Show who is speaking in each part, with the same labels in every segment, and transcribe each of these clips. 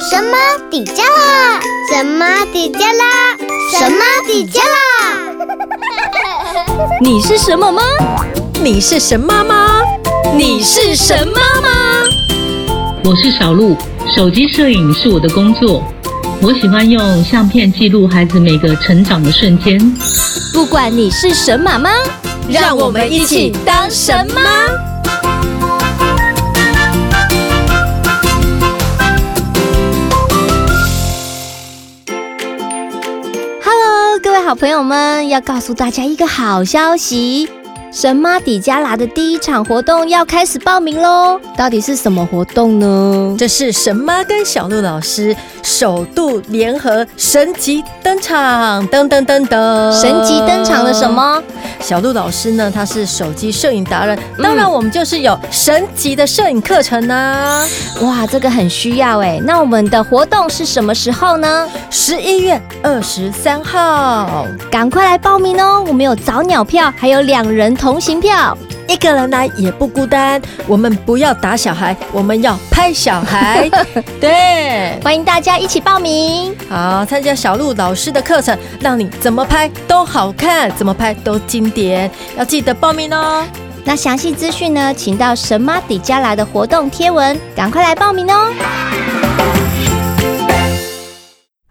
Speaker 1: 什么底加啦？什么底加啦？什么底加 啦？
Speaker 2: 你是什么吗？你是神妈吗？你是神妈吗？
Speaker 3: 我是小鹿，手机摄影是我的工作。我喜欢用相片记录孩子每个成长的瞬间。
Speaker 2: 不管你是神妈妈，
Speaker 4: 让我们一起
Speaker 2: 当神妈。Hello，各位好朋友们，要告诉大家一个好消息。神妈底加拉的第一场活动要开始报名喽！到底是什么活动呢？
Speaker 4: 这是神妈跟小鹿老师首度联合神级登场，噔噔噔噔，
Speaker 2: 神级登场了什？么？嗯
Speaker 4: 小鹿老师呢？他是手机摄影达人，当然我们就是有神级的摄影课程啊！
Speaker 2: 哇，这个很需要哎。那我们的活动是什么时候呢？
Speaker 4: 十一月二十三号，
Speaker 2: 赶快来报名哦！我们有早鸟票，还有两人同行票。
Speaker 4: 一个人来也不孤单。我们不要打小孩，我们要拍小孩。对，
Speaker 2: 欢迎大家一起报名。
Speaker 4: 好，参加小鹿老师的课程，让你怎么拍都好看，怎么拍都经典。要记得报名哦。
Speaker 2: 那详细资讯呢，请到神妈底加拉的活动贴文，赶快来报名哦！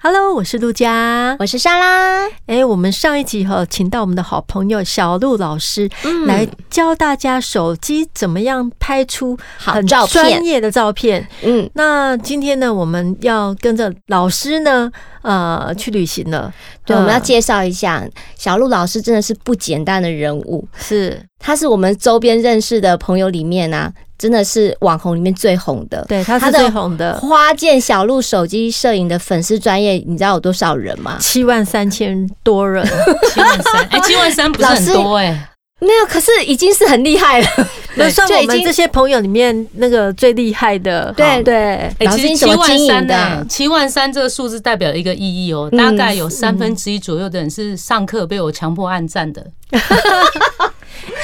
Speaker 4: Hello，我是陆佳。
Speaker 2: 我是莎拉，
Speaker 4: 哎，我们上一集哈、请到我们的好朋友小鹿老师、
Speaker 2: 嗯
Speaker 4: 来教大家手机怎么样拍出
Speaker 2: 好
Speaker 4: 很
Speaker 2: 照片
Speaker 4: 专业的照片。
Speaker 2: 嗯，
Speaker 4: 那今天呢，我们要跟着老师呢，呃，去旅行了。
Speaker 5: 对，
Speaker 4: 嗯
Speaker 5: 我们要介绍一下小鹿老师，真的是不简单的人物。
Speaker 4: 是，
Speaker 5: 他是我们周边认识的朋友里面啊，真的是网红里面最红的。
Speaker 4: 对，他是
Speaker 5: 他的
Speaker 4: 最红的，
Speaker 5: 花见小鹿手机摄影的粉丝专业，你知道有多少人吗？
Speaker 4: 七万三千多人。
Speaker 3: 七 万三，哎，七万三不是很多哎、
Speaker 5: 没有，可是已经是很厉 害了。
Speaker 4: 那算
Speaker 5: 就
Speaker 4: 我
Speaker 5: 已
Speaker 4: 们
Speaker 5: 经
Speaker 4: 这些朋友里面那个最厉害的。
Speaker 5: 对
Speaker 4: 好对，
Speaker 5: 老师
Speaker 3: 哎其
Speaker 5: 你
Speaker 3: 实
Speaker 5: 怎
Speaker 3: 七
Speaker 5: 么
Speaker 3: 万
Speaker 5: 经营
Speaker 3: 三
Speaker 5: 的啊、
Speaker 3: 呢？七万三这个数字代表一个意义哦，
Speaker 5: 嗯
Speaker 3: 大概有三分之一左右的人是上课被我强迫按赞的。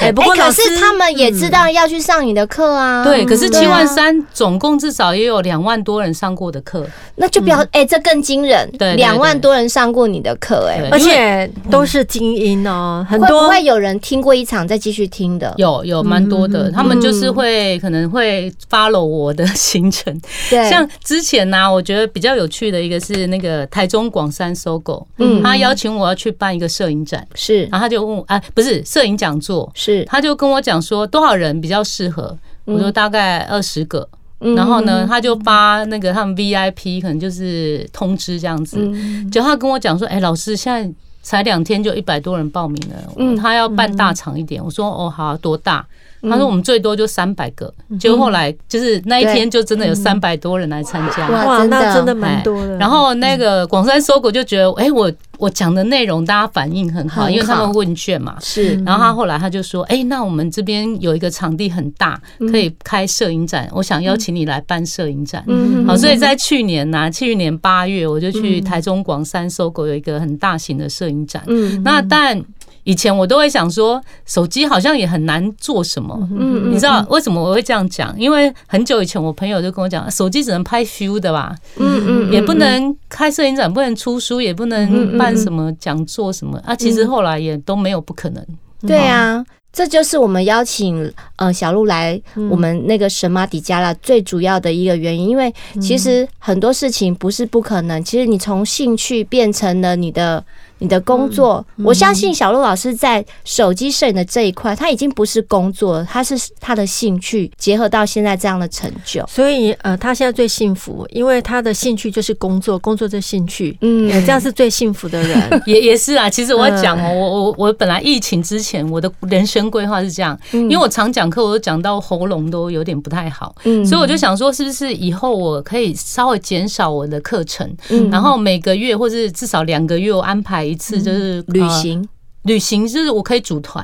Speaker 4: 哎，不过
Speaker 5: 哎
Speaker 4: 老
Speaker 5: 可
Speaker 4: 师
Speaker 5: 是他们也知道要去上你的课啊。
Speaker 3: 嗯对，可是七
Speaker 5: 对
Speaker 3: 万
Speaker 5: 啊，
Speaker 3: 三总共至少也有两万多人上过的课，
Speaker 5: 那就表哎、这更惊人，
Speaker 3: 嗯对对
Speaker 5: 两万
Speaker 3: 对
Speaker 5: 多人上过你的课、哎
Speaker 3: 对。
Speaker 4: 而且都是精英哦，很
Speaker 5: 会不
Speaker 4: 多
Speaker 5: 嗯会有人听过一场再继续听的？
Speaker 3: 有有蛮多
Speaker 5: 嗯
Speaker 3: 的，他们就是会可能会 follow 我的 行程，
Speaker 5: 对，
Speaker 3: 像之前呢、我觉得比较有趣的一个是那个台中广山搜狗，
Speaker 5: 嗯
Speaker 3: 他邀请我要去办一个摄影展，
Speaker 5: 是
Speaker 3: 然后他就问我，啊，不是摄影讲座，
Speaker 5: 是，
Speaker 3: 他就跟我讲说多少人比较适合，我说大概二十个，
Speaker 5: 嗯
Speaker 3: 然后呢，他就发那个他们 VIP 可能就是通知这样子，
Speaker 5: 嗯
Speaker 3: 结果他跟我讲说，哎，老师现在。才两天就一百多人报名了，
Speaker 5: 嗯
Speaker 3: 他要办大场一点。我说哦好啊、多大？他说我们最多就三百个。
Speaker 5: 嗯
Speaker 3: 结果后来就是那一天就真的有三百多人来参加。
Speaker 5: 哇
Speaker 4: 哇，
Speaker 5: 啊真的
Speaker 4: 那真的
Speaker 3: 哎
Speaker 4: 蛮多的。
Speaker 3: 然后那个广山搜狗就觉得，哎、我我讲的内容大家反应很好，
Speaker 5: 很好嗯
Speaker 3: 因为他们问卷嘛。
Speaker 5: 是
Speaker 3: 然后他后来他就说，哎、那我们这边有一个场地很大，
Speaker 5: 嗯
Speaker 3: 可以开摄影展，我想邀请你来办摄影展。
Speaker 5: 嗯
Speaker 3: 好，所以在去年呐、去年八月我就去台中广山搜狗有一个很大型的摄影展。
Speaker 5: 嗯
Speaker 3: 那但以前我都会想说，手机好像也很难做什么，
Speaker 5: 嗯
Speaker 3: 你知道为什么我会这样讲？因为很久以前我朋友就跟我讲，手机只能拍 few 的吧，
Speaker 5: 嗯
Speaker 3: 也不能开摄影展，不能出书，也不能办什么讲座什么啊。其
Speaker 5: 嗯
Speaker 3: 实后来也都没有不可能。。
Speaker 5: 对啊。这就是我们邀请呃小鹿来
Speaker 4: 嗯
Speaker 5: 我们那个神马底加拉最主要的一个原因，因为其实很多事情不是不可能，其实你从兴趣变成了你的你的工作。我相信小鹿老师在手机摄影的这一块，他已经不是工作了，他是他的兴趣结合到现在这样的成就。
Speaker 4: 所以呃，他现在最幸福，因为他的兴趣就是工作，工作就是兴趣，
Speaker 5: 嗯
Speaker 4: 嗯，这样是最幸福的人
Speaker 3: 也也是啊，其实我要讲
Speaker 5: 嗯
Speaker 3: 哦，我我我本来疫情之前我的人生规划是这样，因为我常讲课，我都讲到喉咙都有点不太好，
Speaker 5: 嗯
Speaker 3: 所以我就想说，是不是以后我可以稍微减少我的课程，
Speaker 5: 嗯
Speaker 3: 然后每个月或是至少两个月我安排一次，就是
Speaker 5: 嗯旅
Speaker 3: 呃
Speaker 5: 行，嗯
Speaker 3: 旅行就是我可以组团，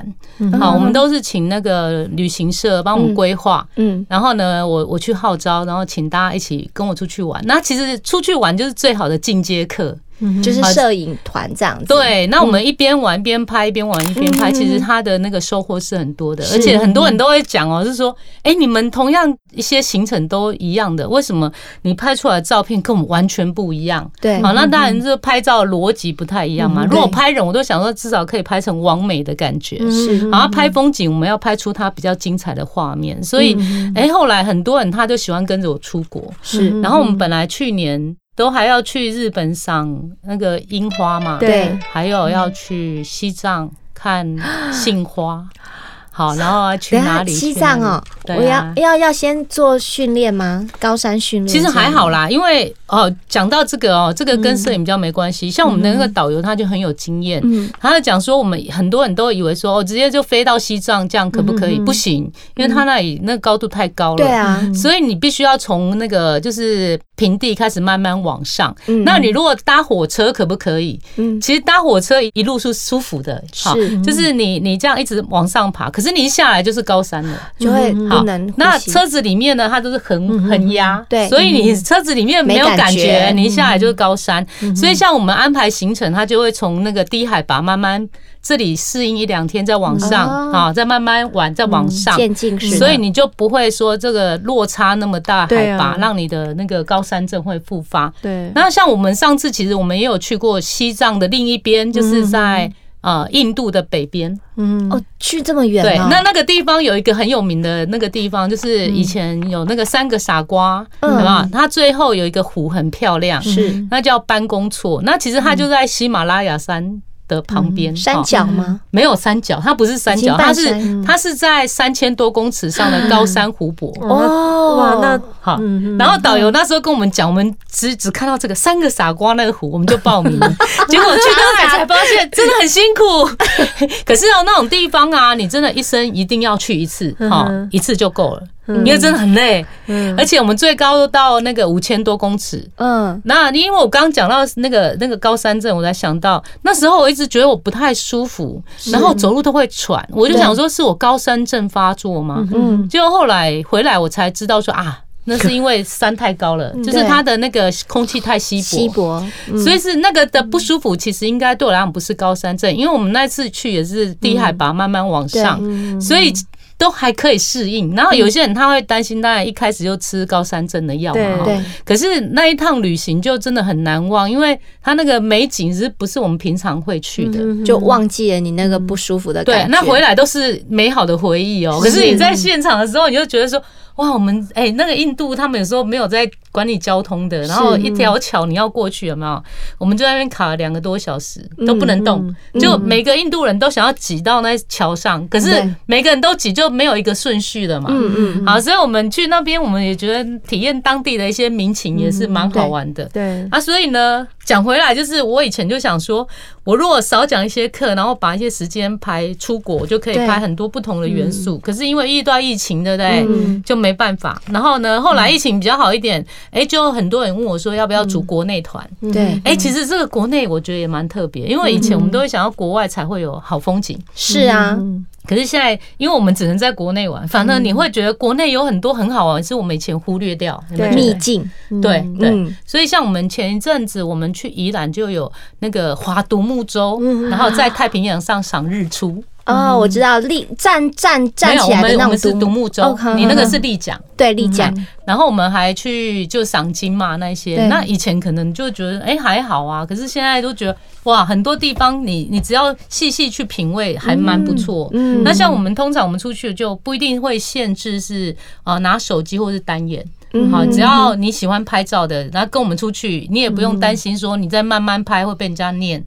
Speaker 3: 呃好，我们都是请那个旅行社帮我们规划。
Speaker 5: 嗯
Speaker 3: 然后呢，我我去号召，然后请大家一起跟我出去玩。那其实出去玩就是最好的进阶课，
Speaker 5: 嗯
Speaker 4: 嗯
Speaker 5: 就是摄影团这样子。
Speaker 3: 对，那我们一边玩边拍，一边玩一边拍，其实它的那个收获是很多的，而且很多人都会讲哦，是说，哎，你们同样一些行程都一样的，为什么你拍出来的照片跟我们完全不一样？
Speaker 5: 对
Speaker 3: 好，那当然这拍照逻辑不太一样嘛。
Speaker 4: 嗯
Speaker 3: 如果拍人，我都想说至少可以拍成完美的感觉。
Speaker 5: 嗯
Speaker 4: 是
Speaker 3: 然后
Speaker 5: 啊
Speaker 3: 拍风景，我们要拍出它比较精彩的画面，所
Speaker 4: 嗯
Speaker 3: 以，哎，后来很多人他就喜欢跟着我出国，
Speaker 5: 是
Speaker 3: 然后
Speaker 4: 嗯
Speaker 3: 我们本来去年都还要去日本赏那个樱花嘛，
Speaker 5: 对，
Speaker 3: 还有要去西藏看杏花。
Speaker 5: 嗯
Speaker 3: 好，然后要去
Speaker 5: 等一下
Speaker 3: 哪里？
Speaker 5: 西
Speaker 3: 去哪
Speaker 5: 藏
Speaker 3: 里
Speaker 5: 哦，
Speaker 3: 对
Speaker 5: 我要嗯
Speaker 3: 啊
Speaker 5: 要要先做训练吗？高山训练
Speaker 3: 其
Speaker 5: 这
Speaker 3: 实
Speaker 5: 样？
Speaker 3: 还好啦，因为哦，讲到这个哦，这个跟摄影比较没关
Speaker 5: 嗯
Speaker 3: 系。像我们的那个导游，他就很有经验，他就讲说，我们很多人都以为说，哦，直接就飞到西藏这样可不可以？不行，因为他那里那个高度太高了。
Speaker 5: 嗯对啊，
Speaker 4: 嗯
Speaker 3: 所以你必须要从那个就是平地开始慢慢往上。那你如果搭火车可不可以？
Speaker 5: 嗯
Speaker 3: 其实搭火车一路是舒服的，好
Speaker 5: 是嗯
Speaker 3: 就是你你这样一直往上爬，可是你一下来就是高山了。
Speaker 5: 就会嗯不能呼
Speaker 3: 那
Speaker 5: 吸
Speaker 3: 车子里面呢，它都是横横压，
Speaker 5: 嗯对嗯
Speaker 3: 所以你车子里面没有
Speaker 5: 没感
Speaker 3: 感
Speaker 5: 觉嗯
Speaker 3: 觉，你一下来就是高山。所以像我们安排行程，它就会从那个低海拔慢慢这里适应一两天，再往上
Speaker 5: 哦嗯
Speaker 3: 啊，再慢慢玩，再往上。
Speaker 5: 渐进式的，
Speaker 3: 所以你就不会说这个落差那么大
Speaker 4: 对
Speaker 3: 海
Speaker 4: 啊
Speaker 3: 拔，让你的那个高山症会复发。
Speaker 4: 对，
Speaker 3: 那像我们上次其实我们也有去过西藏的另一边，
Speaker 5: 嗯
Speaker 3: 就是在、呃印度的北边。
Speaker 4: 嗯
Speaker 5: 哦，去这么远
Speaker 3: 对，
Speaker 5: 哦，
Speaker 3: 那那个地方有一个很有名的那个地方，就是以前有那个三个傻瓜，对
Speaker 5: 嗯
Speaker 3: 吧？它最后有一个湖很漂亮，
Speaker 5: 是
Speaker 3: 那叫班公错。那其实它就在喜马拉雅山的旁边，
Speaker 5: 嗯山
Speaker 3: 哦
Speaker 5: 脚吗？
Speaker 3: 没有山脚，它不是山
Speaker 5: 已经
Speaker 3: 脚，
Speaker 5: 半
Speaker 3: 它
Speaker 5: 山嗯
Speaker 3: 是它是在三千多公尺上的高山湖泊。
Speaker 5: 哦，
Speaker 4: 哇，那
Speaker 3: 好，
Speaker 4: 嗯
Speaker 3: 然后导游那时候跟我们讲，我们只只看到这个三个傻瓜那个湖，我们就报名 了。结果去到海才发现真的很辛苦。可是哦，那种地方啊，你真的一生一定要去一次，哈、
Speaker 4: 嗯哼嗯
Speaker 3: 一次就够了，因为真的很累。而且我们最高到那个五千多公尺。
Speaker 5: 嗯，
Speaker 3: 那因为我刚刚讲到那个那个高山症，我才想到那时候我一直觉得我不太舒服，然后走路都会喘，我就想说是我高山症发作吗？
Speaker 5: 嗯
Speaker 3: 结果后来回来，我才知道说啊，那是因为山太高了，就是它的那个空气太嗯稀薄，嗯
Speaker 5: 西伯
Speaker 3: 所以是那个的不舒服。其实应该对我来讲不是高山症，因为我们那次去也是低海拔慢慢往上，
Speaker 4: 嗯
Speaker 3: 所以。都还可以适应，然后有些人他会担心，当然一开始就吃高山症的药
Speaker 4: 对
Speaker 3: 嘛，哈
Speaker 5: 对，
Speaker 3: 可是那一趟旅行就真的很难忘，因为它那个美景是不是我们平常会去的？
Speaker 4: 嗯
Speaker 5: 就忘记了你那个不舒服的
Speaker 3: 嗯
Speaker 5: 嗯
Speaker 3: 对
Speaker 5: 感，觉。嗯
Speaker 3: 那回来都是美好的回忆哦。可是你在现场的时候，你就觉得说，哇，我们哎、那个印度他们有时候没有在管理交通的，然后一条桥你要过去有没有？我们就在那边卡了两个多小时，
Speaker 5: 嗯
Speaker 3: 都不能动，就每个印度人都想要挤到那桥上，可是
Speaker 5: 对
Speaker 3: 每个人都挤就没有一个顺序的嘛。
Speaker 5: 嗯嗯，
Speaker 3: 好，所以我们去那边，我们也觉得体验当地的一些民情也
Speaker 5: 嗯
Speaker 3: 是蛮好玩的。
Speaker 4: 对，嗯
Speaker 3: 啊，所以呢，讲回来，就是我以前就想说，我如果少讲一些课，然后把一些时间排出国，我就可以
Speaker 5: 对嗯
Speaker 3: 拍很多不同的元素。可是因为遇到疫情，对不对？就没办法。然后呢，后来疫情比较好一点，
Speaker 5: 嗯
Speaker 3: 哎、就很多人问我说，要不要组国内团？
Speaker 5: 对，
Speaker 3: 哎、其实这个国内我觉得也蛮特别，因为以前我们都会想要国外才会有好风景。
Speaker 5: 是
Speaker 4: 嗯
Speaker 5: 啊，
Speaker 3: 嗯可是现在，因为我们只能在国内玩，反
Speaker 5: 嗯
Speaker 3: 正你会觉得国内有很多很好玩，是我们以前忽略掉。有没有
Speaker 4: 对
Speaker 5: 秘境，
Speaker 3: 对嗯对，
Speaker 5: 嗯
Speaker 3: 所以像我们前一阵子我们去宜兰就有那个划独木舟，
Speaker 5: 嗯
Speaker 3: 然后在太平洋上赏日出。
Speaker 5: 哦，我知道立站站
Speaker 3: 嗯没
Speaker 5: 站
Speaker 3: 有，
Speaker 5: 起
Speaker 3: 我
Speaker 5: 来
Speaker 3: 们
Speaker 5: 的
Speaker 3: 我
Speaker 5: 那
Speaker 3: 们是
Speaker 5: 种
Speaker 3: 独
Speaker 5: 独
Speaker 3: 木
Speaker 5: 哦
Speaker 3: 舟
Speaker 5: 好，
Speaker 3: 你那
Speaker 5: 好
Speaker 3: 个
Speaker 5: 好
Speaker 3: 是立桨。
Speaker 5: 对立桨，
Speaker 3: 然后我们还去就赏金嘛那
Speaker 5: 对
Speaker 3: 些，那以前可能就觉得哎、还好啊，可是现在都觉得哇很多地方你你只要细细去品味还蛮不错。
Speaker 5: 嗯
Speaker 3: 那像我们通常我们出去就不一定会限制是呃拿手机或是单眼。
Speaker 5: 嗯
Speaker 3: 好，只要你喜欢拍照的，然后跟我们出去，你也不用担心说你在慢慢拍会被人家念。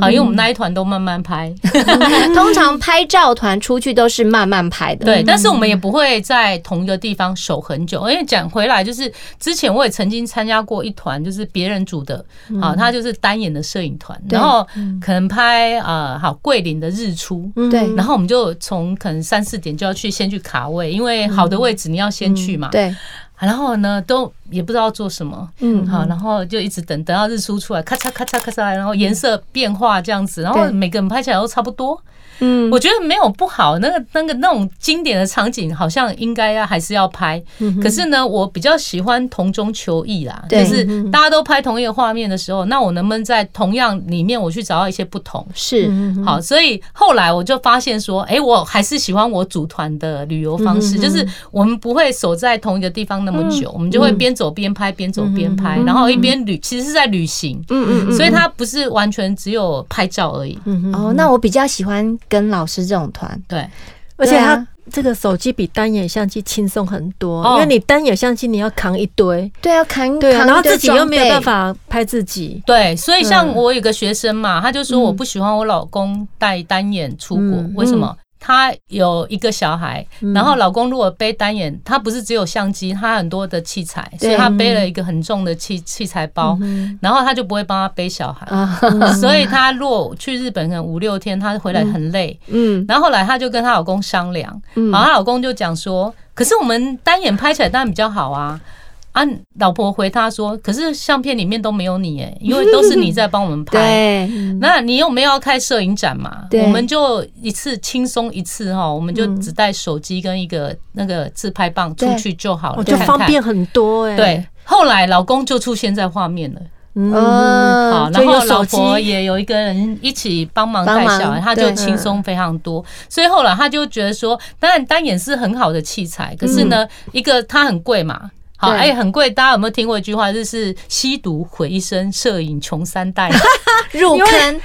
Speaker 3: 好，因为我们那一团都慢慢拍，
Speaker 5: 通常拍照团出去都是慢慢拍的，
Speaker 3: 对，但是我们也不会在同一个地方守很久，因为讲回来，就是之前我也曾经参加过一团，就是别人组的，好，他就是单眼的摄影团，然后可能拍呃好桂林的日出，
Speaker 4: 嗯
Speaker 5: 对
Speaker 3: 然后我们就从可能
Speaker 5: 嗯
Speaker 3: 三四点就要去先去卡位，因为好的位置你要先去嘛，
Speaker 5: 对，
Speaker 3: 然后呢，都也不知道做什么，嗯，好，然后就一直等等到日出出来，咔嚓咔嚓咔嚓，然后颜色变化这样子，然后
Speaker 4: 对
Speaker 3: 每个人拍起来都差不多，
Speaker 4: 嗯
Speaker 3: 我觉得没有不好，那个那个那种经典的场景好像应该要还是要拍，可是呢，我比较喜欢同中求异啦，
Speaker 4: 嗯对嗯
Speaker 3: 就是大家都拍同一个画面的时候，那我能不能在同样里面我去找到一些不同？
Speaker 5: 是
Speaker 3: 好，所以后来我就发现说，哎、我还是喜欢我组团的旅游方式，就是我们不会守在同一个地方那么久，我们就会边走边拍，边走边拍，然后一边旅，其实是在旅行，
Speaker 5: 嗯嗯
Speaker 3: 所以它不是完全只有拍照而已。
Speaker 5: 嗯。哦，那我比较喜欢跟老师这种团，
Speaker 3: 对，
Speaker 4: 而且
Speaker 5: 对
Speaker 4: 它
Speaker 5: 啊
Speaker 4: 这个手机比单眼相机轻松很多，
Speaker 3: 哦
Speaker 4: 因为你单眼相机你要扛一堆，
Speaker 5: 对啊，扛
Speaker 4: 对啊，
Speaker 5: 扛
Speaker 4: 然后
Speaker 5: 一堆
Speaker 4: 自己又没有
Speaker 5: 装备
Speaker 4: 办 法拍自己，
Speaker 3: 对，所以像我有个学生嘛，他就说我不喜欢我老公带单眼出国，
Speaker 4: 嗯
Speaker 3: 为什么？他有一个小孩，然后老公如果背单眼，他不是只有相机，他很多的器材，所以他背了一个很重的器器材包，
Speaker 4: 嗯
Speaker 3: 然后他就不会帮他背小孩，
Speaker 5: 啊，
Speaker 3: 所以他如果去日本可能五六天，他回来很累。
Speaker 5: 嗯，
Speaker 3: 然后后来她就跟她老公商量，
Speaker 5: 嗯
Speaker 3: 然后她老公就讲说，可是我们单眼拍起来当然比较好啊。啊，老婆回他说，可是相片里面都没有你哎，因为都是你在帮我们 拍。
Speaker 5: 对，嗯
Speaker 3: 那你又没有要开摄影展嘛？
Speaker 5: 对
Speaker 3: 我们就一次轻松一次哈，我们就只带手机跟一个那个自拍棒出去就好
Speaker 4: 我
Speaker 3: 了，
Speaker 4: 哦就
Speaker 3: 看看
Speaker 4: 方便。很多哎、
Speaker 3: 对，后来老公就出现在画面了。
Speaker 4: 嗯，
Speaker 3: 好，
Speaker 5: 嗯，
Speaker 3: 然
Speaker 4: 就有
Speaker 3: 后老
Speaker 4: 手
Speaker 3: 婆
Speaker 4: 机
Speaker 3: 也有一个人一起帮忙
Speaker 5: 帮
Speaker 3: 带
Speaker 5: 忙
Speaker 3: 小孩，他
Speaker 5: 对
Speaker 3: 就轻松非常多。所以后来他就觉得说，当然单眼是很好的器材，可是呢，一个它很贵嘛。
Speaker 5: 嗯
Speaker 3: 好，
Speaker 5: 对
Speaker 3: 哎、很贵。大家有没有听过一句话，就是“吸毒毁一生，摄影穷三代。
Speaker 5: 入坑，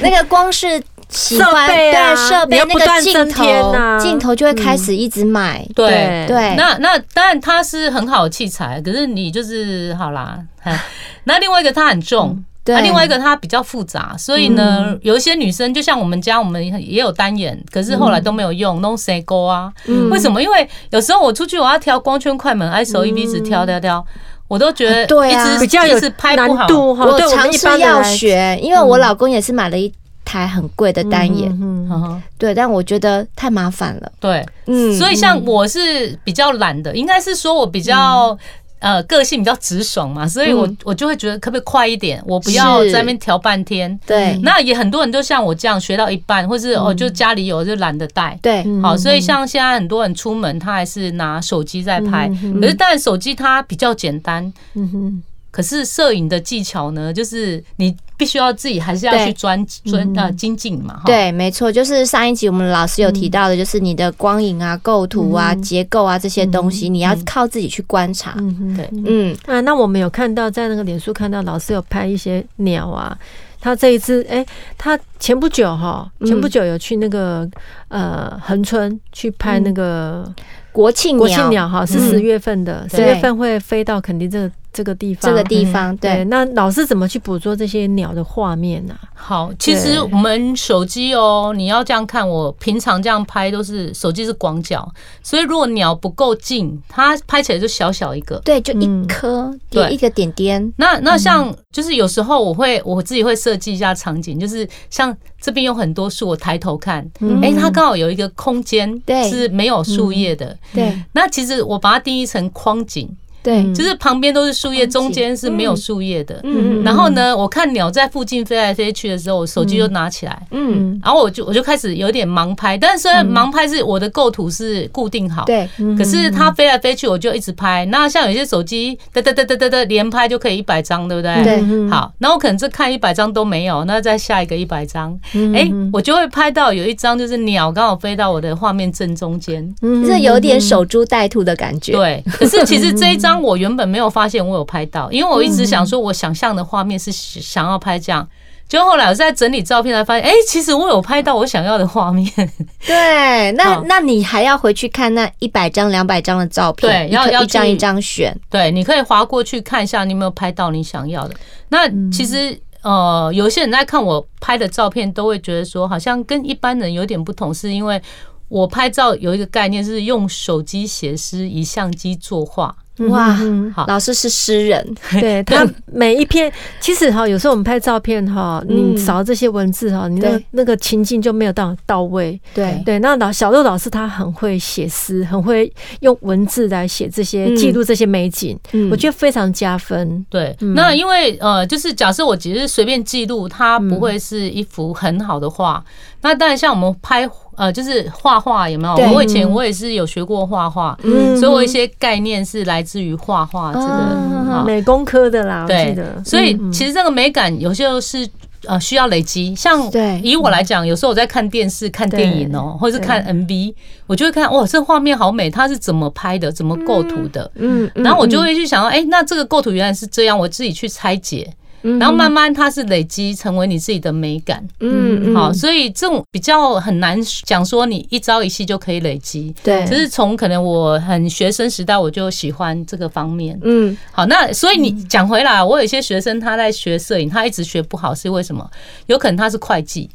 Speaker 5: 那个光是喜欢
Speaker 4: 设备啊
Speaker 5: 对设
Speaker 4: 你
Speaker 5: 备
Speaker 4: 要
Speaker 5: 那
Speaker 4: 不断
Speaker 5: 个镜
Speaker 4: 增添
Speaker 5: 头
Speaker 4: 啊
Speaker 5: 镜头就会开始一直买”，
Speaker 3: 对，啊
Speaker 4: 对
Speaker 5: 对，
Speaker 3: 那那当然它是很好的器材，可是你就是好啦。 哎那另外一个它很重，
Speaker 5: 嗯
Speaker 3: 啊
Speaker 5: 对嗯
Speaker 3: 那另外一个它比较复杂，所以呢，有一些女生就像我们家，我们也有单眼，可是后来都没有用弄 C 勾啊。
Speaker 4: 嗯
Speaker 3: 为
Speaker 5: 嗯
Speaker 3: 什么？因为有时候我出去我要调光圈、快门、ISO、EV 值挑挑挑，我都觉得
Speaker 5: 对
Speaker 3: 一
Speaker 5: 嗯啊
Speaker 3: 直
Speaker 4: 比较有
Speaker 3: 一直拍
Speaker 4: 难
Speaker 3: 不好。
Speaker 4: 度哈，
Speaker 5: 我
Speaker 4: 哦对
Speaker 5: 尝
Speaker 4: 们一
Speaker 5: 试
Speaker 4: 般人
Speaker 5: 要
Speaker 4: 来
Speaker 5: 学，因为我老公也是买了一台很贵的单眼，
Speaker 4: 嗯
Speaker 3: 嗯哼
Speaker 5: 对，但我觉得太麻烦了。
Speaker 3: 对，
Speaker 5: 嗯，嗯
Speaker 3: 所以像我是比较懒的，应该是说我比较。呃，个性比较直爽嘛，所以我、我就会觉得可不可以快一点，我不要
Speaker 5: 是
Speaker 3: 在那边调半天。
Speaker 5: 对
Speaker 3: 那也很多人就像我这样学到一半，或是
Speaker 5: 嗯
Speaker 3: 哦就家里有就懒得带。
Speaker 5: 对
Speaker 4: 嗯
Speaker 3: 好，所
Speaker 5: 嗯
Speaker 3: 以像现在很多人出门，他还是拿手机在拍，
Speaker 5: 嗯
Speaker 3: 可是但手机它比较简单，
Speaker 4: 嗯哼
Speaker 3: 可是摄影的技巧呢，就是你必须要自己还是要
Speaker 5: 对嗯
Speaker 3: 去专专呃精进嘛，哈。
Speaker 5: 对，没错，就是上一集我们老师有提到的，就是你的光影啊、构图啊、结构啊这些东西，你要靠自己去观察。
Speaker 4: 嗯哼
Speaker 3: 对
Speaker 5: 嗯，
Speaker 4: 啊，那我们有看到在那个脸书看到老师有拍一些鸟啊，他这一次哎、他前不久哈，前不久有去那个、呃恒春去拍那个
Speaker 5: 国庆
Speaker 4: 国庆
Speaker 5: 鸟
Speaker 4: 鸟哈，是
Speaker 5: 嗯
Speaker 4: 十月份的，十、
Speaker 5: 对
Speaker 4: 月份会飞到垦丁这个这个地方。
Speaker 5: 这个地方，
Speaker 4: 对，
Speaker 5: 对，
Speaker 4: 那老师怎么去捕捉这些鸟的画面呢、啊？
Speaker 3: 好，其实我们手机哦，你要这样看，我平常这样拍都是手机是广角，所以如果鸟不够近，它拍起来就小小一个。
Speaker 5: 对，就
Speaker 4: 嗯
Speaker 5: 一颗
Speaker 3: 对
Speaker 5: 点一个点点，
Speaker 3: 那那像就是有时候我会我自己会设计一下场景，就是像这边有很多树，我抬头看，哎、它刚好有一个空间
Speaker 5: 嗯对嗯
Speaker 3: 是没有树叶的。
Speaker 5: 对
Speaker 3: 那其实我把它定义成框景，
Speaker 5: 对，
Speaker 3: 就是旁边都是树叶，
Speaker 5: 框景
Speaker 3: 中间是没有树叶的。
Speaker 5: 嗯
Speaker 3: 然后呢，我看鸟在附近飞来飞去的时候，我手机就拿起来，
Speaker 5: 嗯，
Speaker 3: 然后我就我就开始有点盲拍，但是虽然盲拍是我的构图是固定好，，
Speaker 5: 对，
Speaker 3: 可
Speaker 4: 嗯
Speaker 3: 是它飞来飞去，我就一直拍。那像有些手机哒哒哒哒哒哒连拍就可以一百张，对不对？
Speaker 5: 对
Speaker 4: 嗯
Speaker 3: 好，那我可能这看一百张都没有，那再下一个一百张，
Speaker 4: 嗯
Speaker 3: 哎、我就会拍到有一张就是鸟刚好飞到我的画面正中间。
Speaker 4: 嗯
Speaker 5: 这有点守株待兔的感觉。
Speaker 3: 对，可是其实这一张我原本没有发现我有拍到，因为我一直想说我想象的画面是想要拍这样，就后来我在整理照片才发现，哎、其实我有拍到我想要的画面。
Speaker 5: 对，那
Speaker 3: 好
Speaker 5: 那你还要回去看那一百张、两百张的照片，
Speaker 3: 对
Speaker 5: 一个
Speaker 3: 要要
Speaker 5: 一张
Speaker 3: 去
Speaker 5: 一张选。
Speaker 3: 对，你可以划过去看一下，你有没有拍到你想要的。那其实。呃，有些人在看我拍的照片，都会觉得说好像跟一般人有点不同，是因为我拍照有一个概念是用手机写诗，以相机作画。
Speaker 5: 哇
Speaker 4: 嗯
Speaker 3: 好
Speaker 5: 老师是诗人，
Speaker 4: 对它每一篇，其实哈，有时候我们拍照片哈，
Speaker 5: 嗯
Speaker 4: 你扫这些文字哈，你那个
Speaker 5: 对
Speaker 4: 那个情境就没有到到位。
Speaker 5: 对
Speaker 4: 对，那老小鹿老师他很会写诗，很会用文字来写这些
Speaker 5: 嗯
Speaker 4: 记录这些美景，
Speaker 5: 嗯
Speaker 4: 我觉得非常加分。
Speaker 3: 对，
Speaker 4: 嗯
Speaker 3: 那因为呃，就是假设我只是随便记录，它不会是一幅很好的画。那当然，像我们拍呃，就是画画有没有？
Speaker 5: 对
Speaker 3: 我以前我也是有学过画画，
Speaker 5: 嗯
Speaker 3: 所以我一些概念是来自于画画这个。
Speaker 4: 嗯
Speaker 5: 啊
Speaker 3: 好
Speaker 4: 美工科的啦，我记
Speaker 3: 对
Speaker 4: 得，。
Speaker 3: 所以
Speaker 4: 嗯
Speaker 3: 其实这个美感有些时候是呃需要累积。像
Speaker 5: 对
Speaker 3: 以我来讲，有时候我在看电视、看电影哦、或者是看 MV，我就会看哇，这画面好美，它是怎么拍的，怎么构图的。
Speaker 5: 嗯，嗯
Speaker 3: 然后我就会去想到，哎、那这个构图原来是这样，我自己去拆解，
Speaker 5: 嗯
Speaker 3: 然后慢慢它是累积成为你自己的美感。
Speaker 5: 嗯嗯
Speaker 3: 好，所以这种比较很难讲说你一朝一夕就可以累积，
Speaker 5: 对
Speaker 3: 只是从可能我很学生时代我就喜欢这个方面。
Speaker 5: 嗯
Speaker 3: 好，那所以你讲回来，我有一些学生他在学摄影，他一直学不好是为什么？有可能他是会计，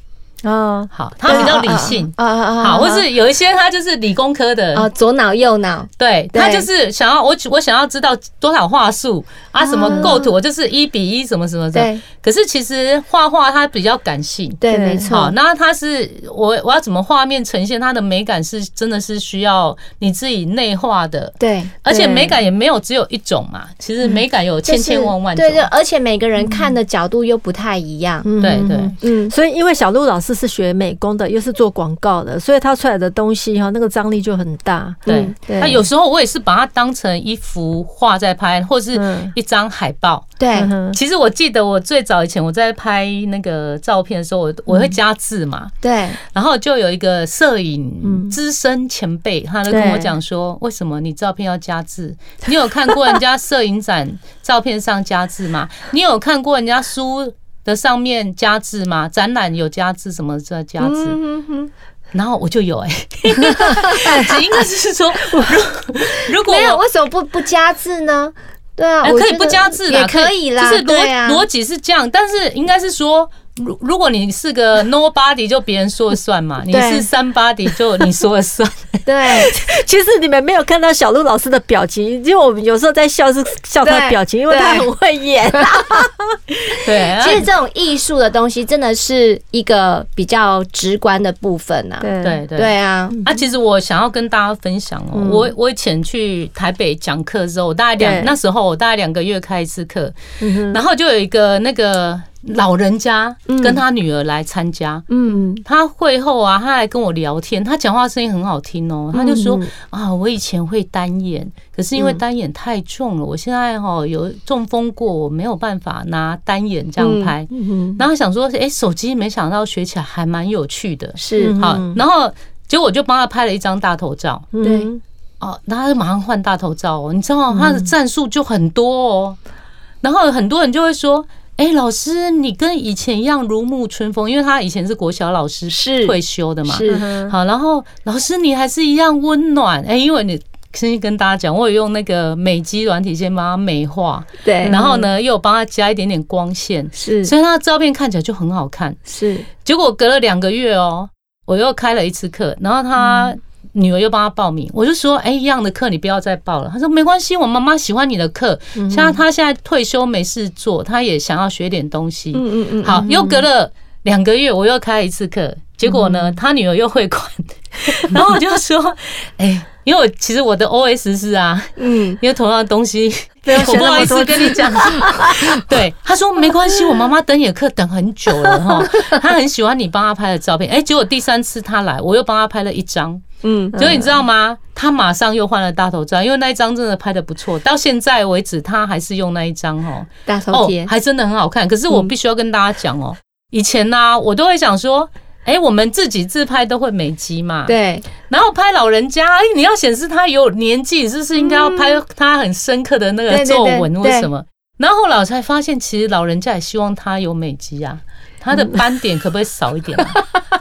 Speaker 5: 哦
Speaker 4: 啊，
Speaker 3: 好，他比较理性。
Speaker 5: 啊啊啊，
Speaker 3: 好，或是有一些他就是理工科的，
Speaker 5: 啊左脑右脑，
Speaker 3: 对
Speaker 5: 对
Speaker 3: 他就是想要我我想要知道多少话术啊，什么构图，我就是一比一什么什么的。
Speaker 5: 对
Speaker 3: 可是其实画画它比较感性，
Speaker 5: 对，
Speaker 4: 对
Speaker 5: 没
Speaker 3: 好，
Speaker 5: 错，
Speaker 3: 那它是我我要怎么画面呈现它的美感是真的是需要你自己内化的，
Speaker 5: 对，
Speaker 3: 而且美感也没有只有一种嘛，其实美感有千千万万
Speaker 5: 就嗯
Speaker 3: 种
Speaker 5: 是。对对，而且每个人看的角度又不太一样，
Speaker 4: 嗯
Speaker 3: 对对。
Speaker 5: 嗯，
Speaker 4: 所以，因为小鹿老师是学美工的，又是做广告的，所以他出来的东西哈，那个张力就很大。
Speaker 3: 对
Speaker 5: 嗯，
Speaker 4: 对
Speaker 3: 那有时候我也是把它当成一幅画在拍，或是
Speaker 4: 嗯
Speaker 3: 一张海报。
Speaker 5: 对，
Speaker 4: 嗯哼
Speaker 3: 其实我记得我最早以前我在拍那个照片的时候，我我会加字嘛，
Speaker 5: 对，
Speaker 3: 然后就有一个摄影
Speaker 4: 嗯
Speaker 3: 资深前辈，他就跟我讲说，为什么你照片要加字？你有看过人家摄影展照片上加字 吗？你有看过人家书的上面加字吗？展览有加字，什么叫加字？
Speaker 4: 嗯
Speaker 5: 嗯
Speaker 3: 然后我就有哎、欸，应该是说，如 如果
Speaker 5: 没有，
Speaker 3: 我
Speaker 5: 为什么不不加字呢？对啊，
Speaker 3: 哎
Speaker 5: 我
Speaker 3: 可以
Speaker 5: 觉
Speaker 3: 不
Speaker 5: 得
Speaker 3: 加字啦
Speaker 5: 也可以啦，
Speaker 3: 就是
Speaker 5: 对啊
Speaker 3: 逻逻辑是这样，但是应该是说。如如果你是个 nobody，就别人说了算嘛；你
Speaker 5: 对
Speaker 3: 是 somebody，就你说 了算。
Speaker 5: 对，
Speaker 4: 其实你们没有看到小鹿老师的表情，因为我们有时候在笑是笑他的表情，因为他
Speaker 5: 对
Speaker 4: 很会演。啊
Speaker 3: 对，啊
Speaker 5: 其实这种艺术的东西真的是一个比较直观的部分啊。
Speaker 3: 对对
Speaker 5: 对啊，
Speaker 3: 啊，其实我想要跟大家分享哦，
Speaker 4: 嗯
Speaker 3: 我我以前去台北讲课的时候，我大概
Speaker 4: 对
Speaker 3: 两那时候我大概两个月开一次课，
Speaker 4: 嗯哼
Speaker 3: 然后就有一个那个老人家跟他女儿来参加，
Speaker 4: 嗯，
Speaker 3: 他会后啊，他来跟我聊天，他讲话声音很好听哦，他就
Speaker 4: 嗯
Speaker 3: 说、啊，我以前会单眼，可是因为单眼太重了，我现在哦有中风过，我没有办法拿单眼这样拍。
Speaker 4: 嗯
Speaker 3: 然后想说，哎、手机没想到学起来还蛮有趣的，
Speaker 5: 是
Speaker 4: 嗯
Speaker 3: 好，然后结果我就帮他拍了一张大头照。
Speaker 4: 哼，
Speaker 5: 对
Speaker 4: 嗯
Speaker 3: 哦，然后他就马上换大头照哦，你知
Speaker 5: 嗯
Speaker 3: 道他的战术就很多哦。然后很多人就会说：“哎，老师，你跟以前一样如沐春风，因为他以前是国小老师，
Speaker 5: 是
Speaker 3: 退休的嘛。
Speaker 4: 嗯
Speaker 5: 是，
Speaker 3: 好，然后老师你还是一样温暖。哎，因为你先跟大家讲，我有用那个美肌软体先帮他美化，
Speaker 5: 对，
Speaker 3: 然后呢又有帮他加一点点光线，
Speaker 5: 是
Speaker 3: 所以他的照片看起来就很好看。
Speaker 5: 是，
Speaker 3: 结果隔了两个月哦，我又开了一次课，然后
Speaker 5: 嗯
Speaker 3: 他女儿又帮他报名，我就说，哎，一样的课你不要再报了。他说没关系，我妈妈喜欢你的课，
Speaker 5: 嗯
Speaker 3: 像他现在退休没事做，他也想要学点东西。
Speaker 5: 嗯嗯
Speaker 3: 好，又隔了两个月，我又开一次课，结果呢，
Speaker 5: 嗯
Speaker 3: 他女儿又汇款，然后我就说，哎。 因为我其实我的 O S 是啊，
Speaker 5: 嗯
Speaker 3: 因为同样的东西，
Speaker 4: 不用
Speaker 3: 我
Speaker 4: 学
Speaker 3: 不
Speaker 4: 那
Speaker 3: 好
Speaker 4: 么
Speaker 3: 意思
Speaker 4: 多
Speaker 3: 跟你 讲。对，他说没关系，我妈妈等你的课等很久了 哈，她很喜欢你帮她拍的照片。哎、结果第三次她来，我又帮她拍了一张，
Speaker 5: 嗯
Speaker 3: 结果你知道吗？她马上又换了大头照，因为那一张真的拍的不错，到现在为止她还是用那一张哦，
Speaker 5: 大头
Speaker 3: 哦
Speaker 5: 贴，，嗯
Speaker 3: 还真的很好看。可是我必须要跟大家讲哦，以前呢、我都会想说。哎、我们自己自拍都会美肌嘛？
Speaker 5: 对
Speaker 3: 然后拍老人家，哎，你要显示他有年纪，是不是应该要拍他很深刻的那
Speaker 5: 嗯对
Speaker 3: 个
Speaker 5: 对
Speaker 3: 皱
Speaker 5: 对
Speaker 3: 纹或什么？然后后来我才发现，其实老人家也希望他有美肌啊，他的斑点可不可以少一点啊？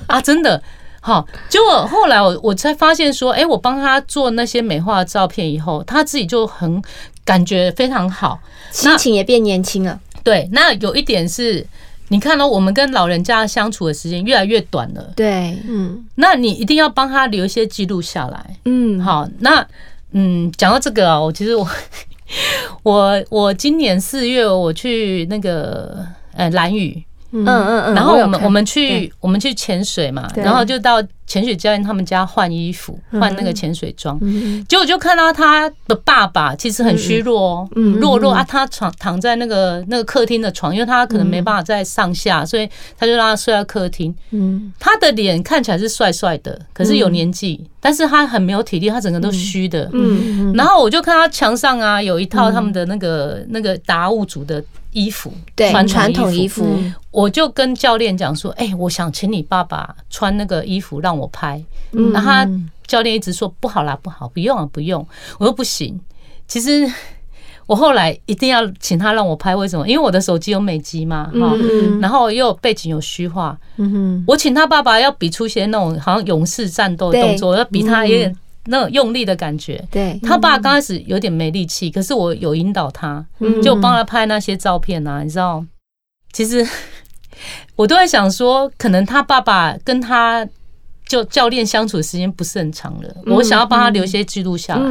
Speaker 3: 啊，真的。好，结果后来我我才发现说，哎、我帮他做那些美化的照片以后，他自己就很感觉非常好。
Speaker 5: 心情也变年轻了，
Speaker 3: 对，那有一点是，你看哦到、我们跟老人家相处的时间越来越短了，
Speaker 5: 对，
Speaker 4: 嗯
Speaker 3: 那你一定要帮他留一些记录下来。
Speaker 5: 嗯，
Speaker 3: 好，那嗯，讲到这个啊，我其实我 我我今年四月我去那个呃蓝屿，
Speaker 5: 嗯嗯嗯，
Speaker 3: 然后我
Speaker 5: 有
Speaker 3: 们
Speaker 5: 看
Speaker 3: 我们去我们去潜水嘛，
Speaker 4: 对
Speaker 3: 然后就到潜水教练他们家换衣服，
Speaker 5: 嗯
Speaker 3: 换那个潜水装。
Speaker 4: 嗯
Speaker 3: 结果就看到他的爸爸其实很虚弱哦，
Speaker 5: 嗯嗯
Speaker 3: 弱弱啊，他躺躺在那个那个客厅的床，因为他可能没办法再上
Speaker 5: 嗯
Speaker 3: 下，所以他就让他睡在客厅。
Speaker 4: 嗯
Speaker 3: 他的脸看起来是帅帅的，可是有年纪，但是他很没有体力，他整个都虚的。
Speaker 5: 嗯
Speaker 4: 嗯
Speaker 3: 然后我就看他墙上啊有一套他们的那个那个达悟族的衣服，
Speaker 5: 对传
Speaker 3: 传
Speaker 5: 统
Speaker 3: 统
Speaker 5: 衣
Speaker 3: 衣
Speaker 5: 服
Speaker 3: 服，我就跟教练讲说，哎，我想请你爸爸穿那个衣服让我拍。
Speaker 5: 嗯
Speaker 3: 然后他教练一直说不好啦，不好，不用啊，不用。我说不行。其实我后来一定要请他让我拍，为什么？因为我的手机有美肌嘛，哈、
Speaker 5: 嗯
Speaker 3: 然后又有背景有虚化。
Speaker 4: 嗯哼
Speaker 3: 我请他爸爸要比出一些那种好像勇士战斗的动作，要比他有
Speaker 5: 嗯
Speaker 3: 点那种用力的感觉。
Speaker 5: 对，
Speaker 3: 他爸刚开始有点没力气，可是我有引导他，
Speaker 5: 嗯
Speaker 3: 就帮他拍那些照片啊，你知道，其实我都在想说，可能他爸爸跟他就教练相处的时间不是很长了，我想要帮他留一些记录下来，
Speaker 5: 嗯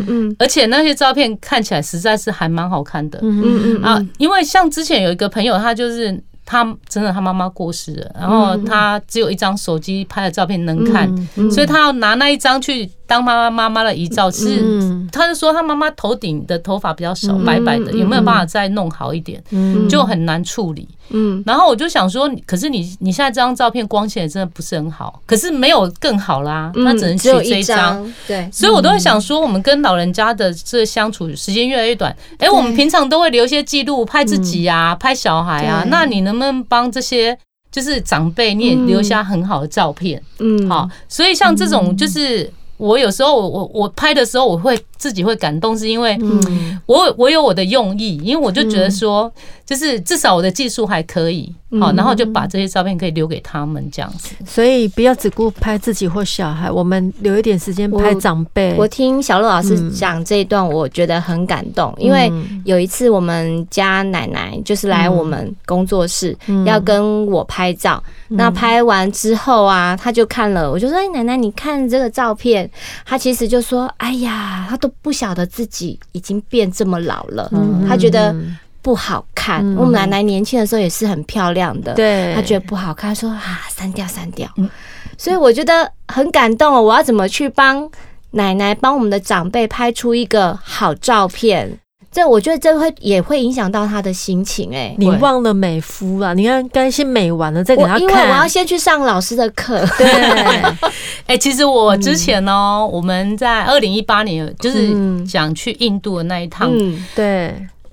Speaker 5: 嗯嗯
Speaker 3: 而且那些照片看起来实在是还蛮好看的，
Speaker 4: 嗯哼
Speaker 5: 嗯嗯
Speaker 3: 啊，因为像之前有一个朋友，他就是他真的他妈妈过世了，然
Speaker 5: 嗯
Speaker 3: 后他只有一张手机拍的照片能看，所以他要拿那一张去当妈妈妈妈的遗照是。
Speaker 4: 嗯
Speaker 3: 他就说他妈妈头顶的头发比较少，
Speaker 4: 嗯
Speaker 3: 白白的，
Speaker 5: 嗯
Speaker 3: 有没有办法再弄好一点？
Speaker 4: 嗯
Speaker 3: 就很难处理。
Speaker 5: 嗯
Speaker 3: 然后我就想说，可是你你现在这张照片光线也真的不是很好，可是没有更好啦，
Speaker 5: 嗯，
Speaker 3: 那只能
Speaker 5: 只
Speaker 3: 取
Speaker 5: 有
Speaker 3: 这
Speaker 5: 一
Speaker 3: 一张。，
Speaker 5: 对，
Speaker 3: 所以我都会想说，我们跟老人家的这相处时间越来越短。
Speaker 5: 嗯
Speaker 3: 哎、我们平常都会留一些记录，拍自己啊，拍小孩啊。
Speaker 5: 对
Speaker 3: 那你能不能帮这些就是长辈，你也留下很好的照片？
Speaker 5: 嗯
Speaker 3: 好，所以像这种就是。我有时候我我我拍的时候，我会自己会感动，是因为
Speaker 4: 嗯
Speaker 3: 我我有我的用意，因为我就觉得说，
Speaker 5: 嗯
Speaker 3: 就是至少我的技术还可以，好，然后就把这些照片可以留给他们这样子。
Speaker 4: 所以不要只顾拍自己或小孩，我们留一点时间拍长辈。
Speaker 5: 我听小鹿老师讲这一段，我觉得很感动，因为有一次我们家奶奶就是来我们工作室、要跟我拍照，那拍完之后啊，她就看了，我就说：“哎，奶奶，你看这个照片。”她其实就说：“哎呀，她都不晓得自己已经变这么老了，她觉得不好看。
Speaker 4: 嗯
Speaker 5: 我们奶奶年轻的时候也是很漂亮的，
Speaker 4: 对，
Speaker 5: 他觉得不好看，说啊删掉删掉，所以我觉得很感动哦。我要怎么去帮奶奶帮我们的长辈拍出一个好照片？这我觉得这会也会影响到他的心情哎、
Speaker 4: 你忘了美肤啊！你看，该先美完了再给他
Speaker 5: 我
Speaker 4: 看。
Speaker 5: 因为我要先去上老师的课， 对，
Speaker 3: 哎、其实我之前哦、我们在二零一八年就是
Speaker 4: 嗯
Speaker 3: 讲去印度的那一趟，哎、哎
Speaker 5: 嗯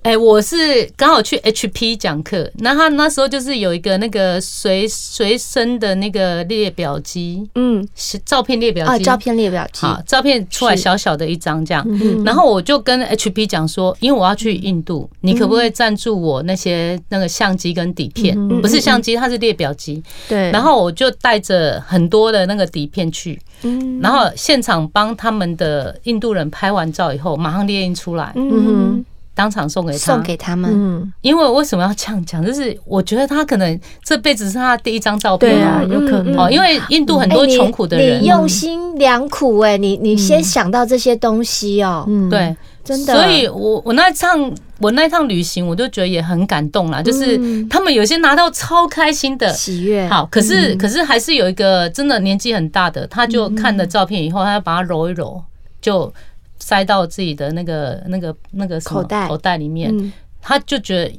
Speaker 4: 对，
Speaker 3: 我是刚好去 HP 讲课，那他那时候就是有一个那个随随身的那个列表机，
Speaker 5: 嗯，
Speaker 3: 是照片列表
Speaker 5: 哦，
Speaker 3: 机、
Speaker 5: 照片列表机，
Speaker 3: 好，照片出来
Speaker 5: 是
Speaker 3: 小小的一张这样。
Speaker 4: 嗯
Speaker 3: 然后我就跟 HP 讲说，因为我要去印度，你可不可以赞助我那些那个相机跟底片？
Speaker 4: 嗯
Speaker 3: 不是相机，它是列表机。
Speaker 4: 对，
Speaker 3: 然后我就带着很多的那个底片去，
Speaker 5: 嗯
Speaker 3: 然后现场帮他们的印度人拍完照以后，马上列印出来，
Speaker 5: 嗯，
Speaker 3: 当场送给他
Speaker 5: 送。给他们，
Speaker 4: 嗯，
Speaker 3: 因为我为什么要这样讲？就是我觉得他可能这辈子是他第一张照
Speaker 4: 对
Speaker 3: 片
Speaker 4: 啊，
Speaker 3: 哦
Speaker 4: 有可
Speaker 5: 嗯
Speaker 3: 哦，
Speaker 4: 能。
Speaker 3: 因为印度很
Speaker 5: 哎
Speaker 3: 多
Speaker 5: 你
Speaker 3: 穷苦的人
Speaker 5: 你，用心良苦哎、你你先想到这些东西哦，
Speaker 4: 嗯，
Speaker 3: 对，
Speaker 5: 真的，
Speaker 3: 所以我我那一趟我那一趟旅行，我就觉得也很感动啦，
Speaker 5: 嗯
Speaker 3: 就是他们有些拿到超开心的，
Speaker 5: 喜悦，
Speaker 3: 呃好，可
Speaker 5: 嗯
Speaker 3: 是可是还是有一个真的年纪很大的，他就看了照片以后，他要把它揉一揉，就塞到自己的那个那个那个什么
Speaker 5: 口袋
Speaker 3: 口袋里面，
Speaker 5: 嗯，
Speaker 3: 他就觉得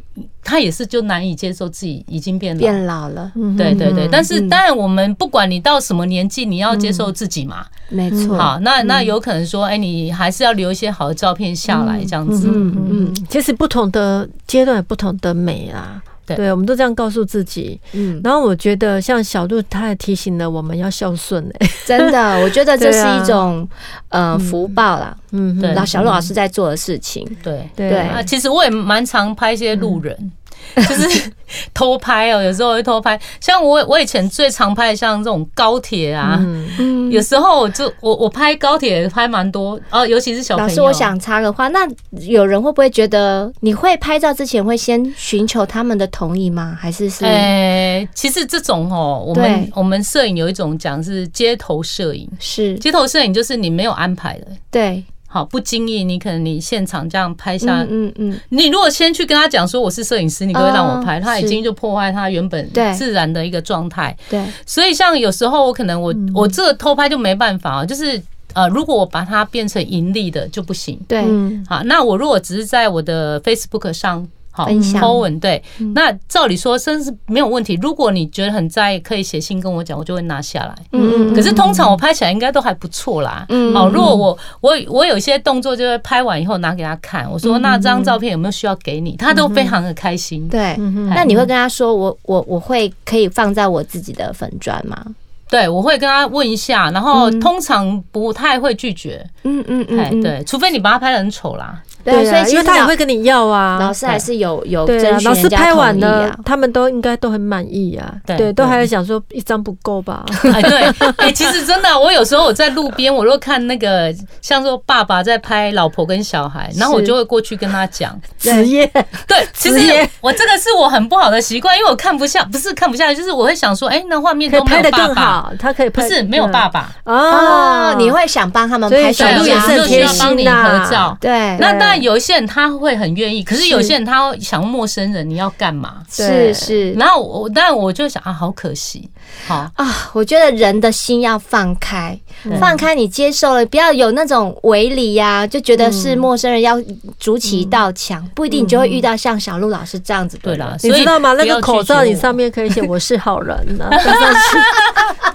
Speaker 3: 他也是就难以接受自己已经变老。
Speaker 5: 变老了，
Speaker 4: 嗯
Speaker 3: 对对对，但是
Speaker 5: 嗯
Speaker 3: 当然，我们不管你到什么年纪，你要接受自己嘛。
Speaker 5: 没错，
Speaker 3: 嗯好，那那有可能说，哎，你还是要留一些好的照片下来，这样子。
Speaker 4: 嗯，其实不同的阶段有不同的美啦。
Speaker 3: 对
Speaker 4: 我们都这样告诉自己。
Speaker 5: 嗯，
Speaker 4: 然后我觉得，像小鹿，他也提醒了我们要孝顺 哎、
Speaker 5: 真的，我觉得这是
Speaker 4: 对啊
Speaker 5: 一 种、呃福报啦，
Speaker 4: 嗯，
Speaker 3: 啊对
Speaker 5: 老小鹿老师在做的事情。
Speaker 3: 对
Speaker 4: 对嗯
Speaker 5: 对
Speaker 3: 啊，其实我也蛮常拍一些
Speaker 5: 嗯
Speaker 3: 路人，就是 偷拍哦，有时候会偷拍。像我我以前最常拍的像这种高铁啊，
Speaker 4: 嗯
Speaker 5: 嗯，
Speaker 3: 有时候我就我我拍高铁拍蛮多哦，尤其是小朋
Speaker 5: 老
Speaker 3: 友。
Speaker 5: 师，我想插个话，那有人会不会觉得你会拍照之前会先寻求他们的同意吗？还是是、
Speaker 3: 哎、其实这种哦，我
Speaker 5: 对
Speaker 3: 们我们摄影有一种讲是街头摄影，
Speaker 5: 是
Speaker 3: 街头摄影就是你没有安排的。
Speaker 5: 对
Speaker 3: 好不经意，你可能你现场这样拍下，
Speaker 5: 嗯嗯
Speaker 3: 你如果先去跟他讲说我是摄影师，你可不可以让我拍，
Speaker 5: 哦
Speaker 3: 他已
Speaker 5: 是
Speaker 3: 经就破坏他原本
Speaker 5: 对
Speaker 3: 自然的一个状态。
Speaker 5: 对，
Speaker 3: 所以像有时候我可能我
Speaker 5: 嗯
Speaker 3: 我这个偷拍就没办法啊，就是呃，如果我把它变成盈利的就不行。
Speaker 5: 对，
Speaker 4: 嗯
Speaker 3: 好，那我如果只是在我的 Facebook 上。好
Speaker 5: 分享嗯
Speaker 3: po 文对，那照理说真是没有问题。如果你觉得很在意，可以写信跟我讲，我就会拿下来。
Speaker 5: 嗯
Speaker 3: 可是通常我拍起来应该都还不错啦。
Speaker 5: 嗯
Speaker 3: 哦，如果我我我有一些动作，就会拍完以后拿给他看，我
Speaker 5: 嗯
Speaker 3: 说那张照片有没有需要给你？他都非常的开心。
Speaker 5: 对。
Speaker 4: 嗯哼，
Speaker 5: 那你会跟他说我我我会可以放在我自己的粉砖
Speaker 3: 哎
Speaker 5: 吗？
Speaker 3: 对，我会跟他问一下，然后通常不太会拒绝。
Speaker 5: 嗯嗯
Speaker 3: 哎，对，除非你把它拍的很丑啦。
Speaker 5: 对，所以
Speaker 4: 啊
Speaker 5: 其实
Speaker 4: 因为他也
Speaker 5: 老
Speaker 4: 会跟你要啊，
Speaker 5: 老师还是有有
Speaker 4: 对啊
Speaker 5: 征，询
Speaker 4: 老师
Speaker 5: 人家
Speaker 4: 拍完
Speaker 5: 同意
Speaker 4: 了
Speaker 5: 啊，。
Speaker 4: 他们都应该都很满意啊。
Speaker 3: 对
Speaker 4: 对，都
Speaker 3: 对
Speaker 4: 还在想说一张不够吧？
Speaker 3: 哎，对，哎，其实真的啊，我有时候我在路边，我若看那个像说爸爸在拍老婆跟小孩，然后我
Speaker 4: 是
Speaker 3: 就会过去跟他 讲。
Speaker 4: 职业
Speaker 3: 对，其
Speaker 4: 职
Speaker 3: 实
Speaker 4: 业
Speaker 3: 我这个是我很不好的习惯，因为我看不下，不是看不下去，就是我会想说，哎，那画 面
Speaker 4: 可以
Speaker 3: 都没
Speaker 4: 拍
Speaker 3: 有
Speaker 4: 得
Speaker 3: 爸
Speaker 4: 更
Speaker 3: 爸，
Speaker 4: 好，他可以
Speaker 3: 不
Speaker 4: 拍嗯
Speaker 3: 是没有爸爸。
Speaker 5: 哦
Speaker 4: 哦，，
Speaker 5: 你会想帮他们
Speaker 4: 所以
Speaker 5: 拍
Speaker 4: 小
Speaker 5: 手
Speaker 3: 对，
Speaker 4: 鹿
Speaker 5: 机
Speaker 4: 也
Speaker 5: 啊
Speaker 4: 是很
Speaker 3: 就需
Speaker 4: 贴
Speaker 3: 要帮
Speaker 4: 心
Speaker 3: 你
Speaker 4: 呐
Speaker 3: 合照。
Speaker 5: 对，
Speaker 3: 那
Speaker 4: 对
Speaker 3: 当然有一些人他会很愿意，可是有
Speaker 4: 是
Speaker 3: 些人他想陌生人你要干嘛？
Speaker 5: 是是
Speaker 3: 然后我，但我就想啊，好可惜，好，
Speaker 5: 啊，我觉得人的心要放开，放开你接受了，不要有那种围篱呀，就觉得是陌生人要筑起一道墙，不一定你就会遇到像小鹿老师这样子的
Speaker 3: 对
Speaker 5: 人
Speaker 3: 啦。，
Speaker 4: 你
Speaker 3: 所以
Speaker 4: 知道吗？
Speaker 3: 不
Speaker 4: 那
Speaker 3: 要
Speaker 4: 个
Speaker 3: 拒
Speaker 4: 口
Speaker 3: 绝
Speaker 4: 罩你
Speaker 3: 我
Speaker 4: 上面可以写“我是好 人”啊呢，登上去。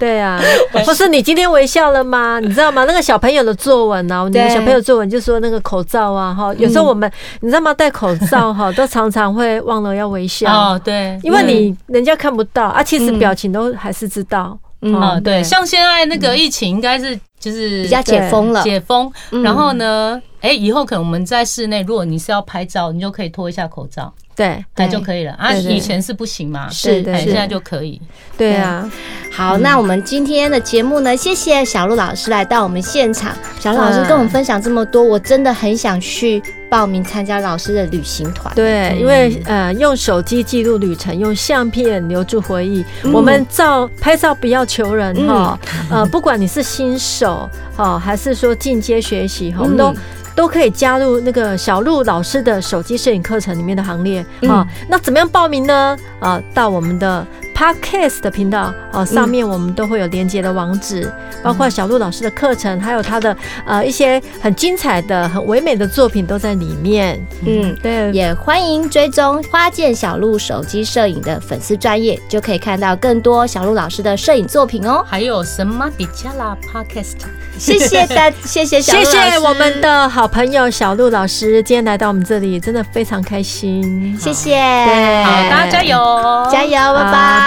Speaker 4: 对啊，或是你今天微笑了吗？你知道吗？那个小朋友的作文呢、啊，我们
Speaker 5: 对
Speaker 4: 小朋友作文就说那个口罩啊，哈，有时候我
Speaker 3: 嗯
Speaker 4: 们、你知道吗？戴口罩 哈，都常常会忘了要微笑，
Speaker 3: 哦，对，
Speaker 4: 因为你人家看不到啊，其实表情都还是知道。
Speaker 3: 啊，
Speaker 4: 哦
Speaker 3: 对，像现在那个疫情应该是就是
Speaker 5: 比较解封了，
Speaker 3: 解封，然后呢，哎，以后可能我们在室内，如果你是要拍照，你就可以脱一下口罩，
Speaker 4: 对
Speaker 3: 那就可以了啊。
Speaker 4: 对对
Speaker 3: 以前是不行嘛，
Speaker 4: 是
Speaker 3: 哎，
Speaker 4: 对
Speaker 3: 现在
Speaker 4: 是，
Speaker 3: 就可以。
Speaker 4: 对啊，
Speaker 5: 好，那我们今天的节目呢，谢谢小鹿老师来到我们现场。小鹿老师跟我们分享这么多，我真的很想去报名参加老师的旅行团。
Speaker 4: 对，因为
Speaker 5: 嗯
Speaker 4: 呃，用手机记录旅程，用相片留住回忆。
Speaker 5: 嗯
Speaker 4: 我们照拍照不要求人
Speaker 5: 嗯
Speaker 4: 哈， 呃，不管你是新手哦，还是说进阶学习哈，我们都
Speaker 5: 嗯。
Speaker 4: 都可以加入那个小鹿老师的手机摄影课程里面的行列
Speaker 5: 嗯
Speaker 4: 啊、那怎么样报名呢？啊，到我们的 Podcast 的频道啊，
Speaker 5: 嗯
Speaker 4: 上面我们都会有连接的网址，包括小鹿老师的课程，还有他的呃一些很精彩的、很唯美的作品都在里面。
Speaker 5: 嗯，
Speaker 4: 对，
Speaker 5: 也欢迎追踪花见小鹿手机摄影的粉丝专业，就可以看到更多小鹿老师的摄影作品 哦。
Speaker 3: 还有神马迪加拉 Podcast，
Speaker 5: 谢谢大， 谢谢小鹿
Speaker 4: 谢
Speaker 5: 老师，
Speaker 4: 谢我们，的好朋友小鹿老师，今天来到我们这里，真的非常开心。
Speaker 5: 谢谢，
Speaker 3: 好，
Speaker 4: 哎
Speaker 3: 大家加油，
Speaker 5: 加油，
Speaker 4: 好
Speaker 5: 拜拜，